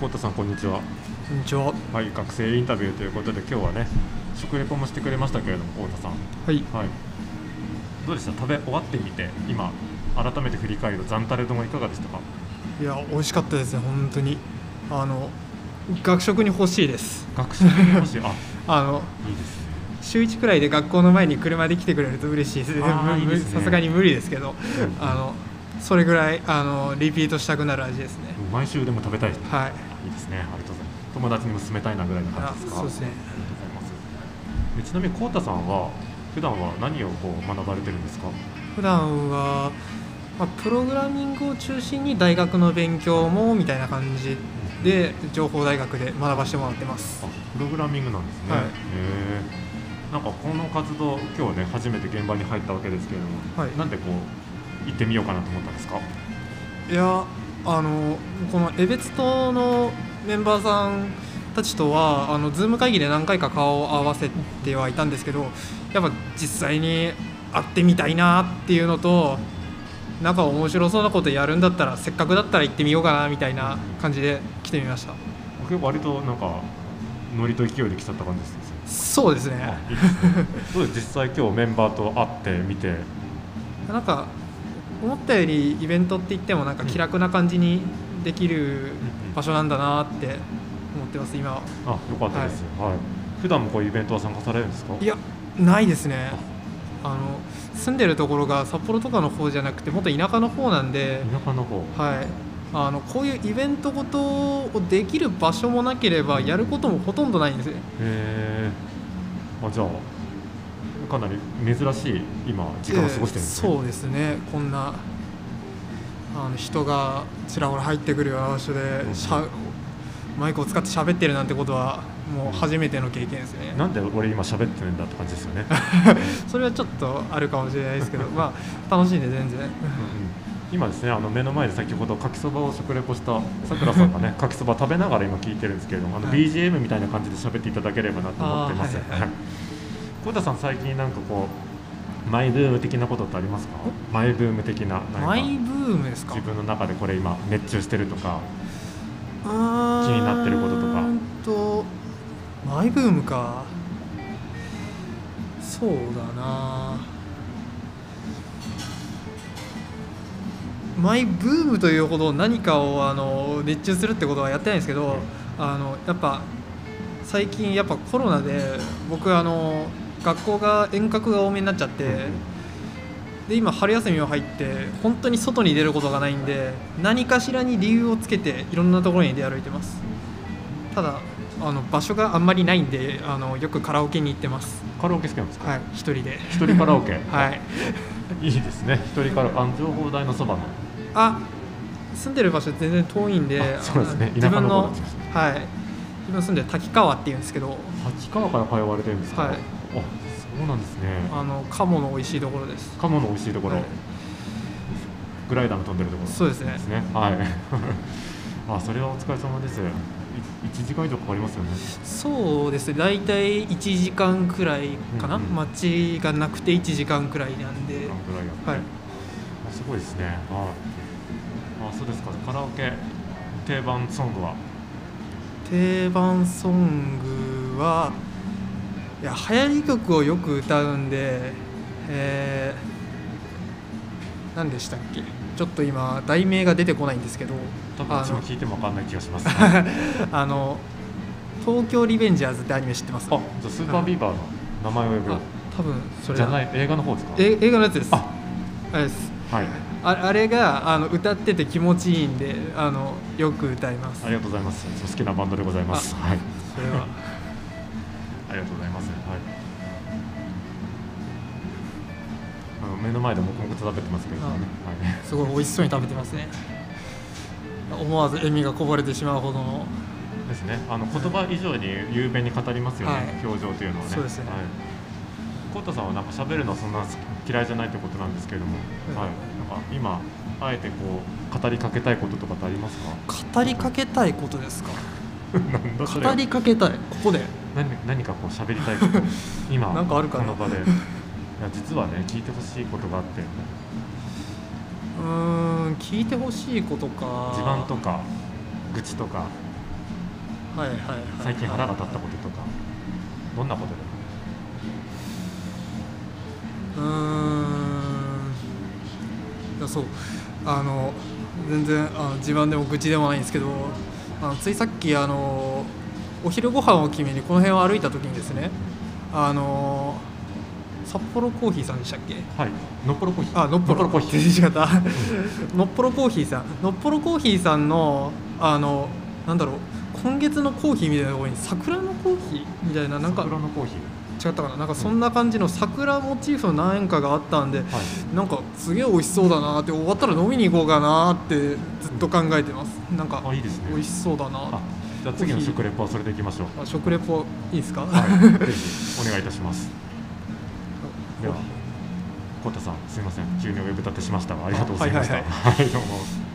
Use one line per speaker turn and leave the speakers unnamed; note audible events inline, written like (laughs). コッタさんこんにちは
こんにちは。は
はい学生インタビューということで今日はね食レポもしてくれましたけれどもコッタさん
い。
はいどうでした食べ終わってみて今改めて振り返るとザンタレ丼いかがでしたか
いや、美味しかったですね、本当に。あの、学食に欲しいです。
学習にもしあ
あの、
いいですね
週1くらいで学校の前に車で来てくれると嬉しいです。
あーい
(laughs) む
いですね
さすがに無理ですけど、
ん
(laughs) あの、それぐらい、あの、リピートしたくなる味ですね。
毎週でも食べたいですね
はい。
いいですねありがとうございます友達にも勧めたいなぐらいの
あ
感じですか
そうですね。
ありがとうございますでちなみにコウタさんは普段は何をこう学ばれてるんですか
普段は、まあ、プログラミングを中心に大学の勉強もみたいな感じで情報大学で学ばせてもらってます
あプログラミングなんですね、
はい
へえなんかこの活動今日ね初めて現場に入ったわけですけれども、
はい
なんでこう行ってみようかなと思ったんですか
いやあのこの江別島のメンバーさんたちとはあのズーム会議で何回か顔を合わせてはいたんですけどやっぱ実際に会ってみたいなっていうのとなんか面白そうなことやるんだったらせっかくだったら行ってみようかなみたいな感じで来てみました
僕割となんかノリと勢いで来ちゃった感じですね
そうですね
あいいです
(laughs)
ねどうです実際今日メンバーと会ってみて
なんか思ったよりイベントって言ってもなんか気楽な感じにできる場所なんだなって思ってます今は
あよかったです、はい普段もこういうイベントは参加されるんですか
いやないですねあの住んでるところが札幌とかの方じゃなくてもっと田舎の方なんで、
田舎の方
はい、あのこういうイベントごとをできる場所もなければやることもほとんどないんですね
へえあじゃあかなり珍しい今時間を過ごしてるんですね、
えーそうですねこんなあの人がちらほら入ってくるような場所でしゃマイクを使って喋ってるなんてことはもう初めての経験ですね
なんで俺今喋ってるんだって感じですよね
それはちょっとあるかもしれないですけ
(laughs)
どまあ楽しいんで全然
今ですねあの目の前で先ほどかきそばを食レポしたさくらさんが
(laughs)
ねかきそば食べながら今聞いてるんですけれどもあの
はい
BGM みたいな感じで喋っていただければなと思ってます
あーはいはい
小田さん最近なんかこうマイブーム的なことってありますかマイブーム的な
マイ
何か
ブームですか
自分の中でこれ今熱中してるとか
気
気に
に
なってることとか
とマイブームかそうだなマイブームというほど何かをあの熱中するってことはやってないんですけど、あのやっぱ最近やっぱコロナで僕あの学校が遠隔が多めになっちゃって、で今春休みも入って本当に外に出ることがないんで何かしらに理由をつけていろんなところに出歩いてますただあの場所があんまりないんであのよくカラオケに行ってます
カラオケ好きなん
(laughs)
ですか
はい一人で
一人カラオケ
(laughs) は
い
い
いですね一人カラオケあの情報台のそばの
あ住んでる場所全然遠いんで
あそうですね
あ自分
田
の
舎の方になっちゃいまし
はい自分住んでる滝川っていうんですけど
立川から通われてるんですか、
はい
あそうなんですね
あの鴨の美味しいところです
鴨の美味しいところ、
はい
グライダーの飛んでるところ
そうですね
ですねはい (laughs) あそれはお疲れ様ですい1時間以上かかりますよね
そうですね大体1時間くらいかな、
うんうん
街がなくて1時間くらいなんで
時間ぐらいやって、
はい
あすごいですねはいあそうですかカラオケ定番ソングは
定番ソングはいや流行り曲をよく歌うんで、えー、何でしたっけちょっと今題名が出てこないんですけど
多分
あ
一
の
も聞いても分かんない気がし
(laughs)
ます、あ
あの「東京リベンジャーズ」ってアニメ知ってます
じゃあスーパービーバーの名前を呼ぶよ
あ多分それ
じゃないい映画の方ですか
え映画のやつです
あ
あれです
はい
ああれがあの歌ってて気持ちいいんであのよく歌います
ありがとうございます好きなバンドでございますはい
それは
ありがとうございます。はい。あの目の前で黙々と食べてますけれどもね。はい。
すごい美味しそうに食べてますね思わず笑みがこぼれてしまうほどの
ですね。あの言葉以上に雄弁に語りますよね。
はい
表情というのはね。
そうですね
はい。コウタさんはなんか喋るのはそんな好き嫌いじゃないということなんですけれども、
うん
はい。なんか今あえてこう語りかけたいこととかってありますか？
語りかけたいことですか
なんだそれ
語りかけたいここで
何何かこう喋りたい
(laughs)
こと今
なんかあるかな
この場で。いや実はね聞いてほしいことがあって
うーん聞いてほしいことか
自慢とか愚痴とか
はいはいはい
最近腹が立ったこととかどんなことでも
うーんいやそうあの全然あの自慢でも愚痴でもないんですけどあのついさっきあのお昼ご飯を決めにこの辺を歩いた時にですねあの札幌コーヒーさんでしたっけ
はいのっぽろコーヒー
あのっぽろ
コーヒー
全 (laughs) 然違ったのっぽろコーヒーさんのっぽろコーヒーさんのあのなんだろう今月のコーヒーみたいなところに桜のコーヒーみたいななんか
桜のコーヒ
違ったかななんかそんな感じの桜モチーフの何円かがあったんで
ーはい
なんかすげえ美味しそうだなって終わったら飲みに行こうかなってずっと考えてますなんか
あいいですね
美味しそうだな
あじゃあ次の食レポはそれでいきましょう
あ食レポいいですか、
はい、ぜひお願いいたします。では、コウタさん、すみません、急にお呼び立てしましたが、ありがとうございました。
あはい
はい、どうも。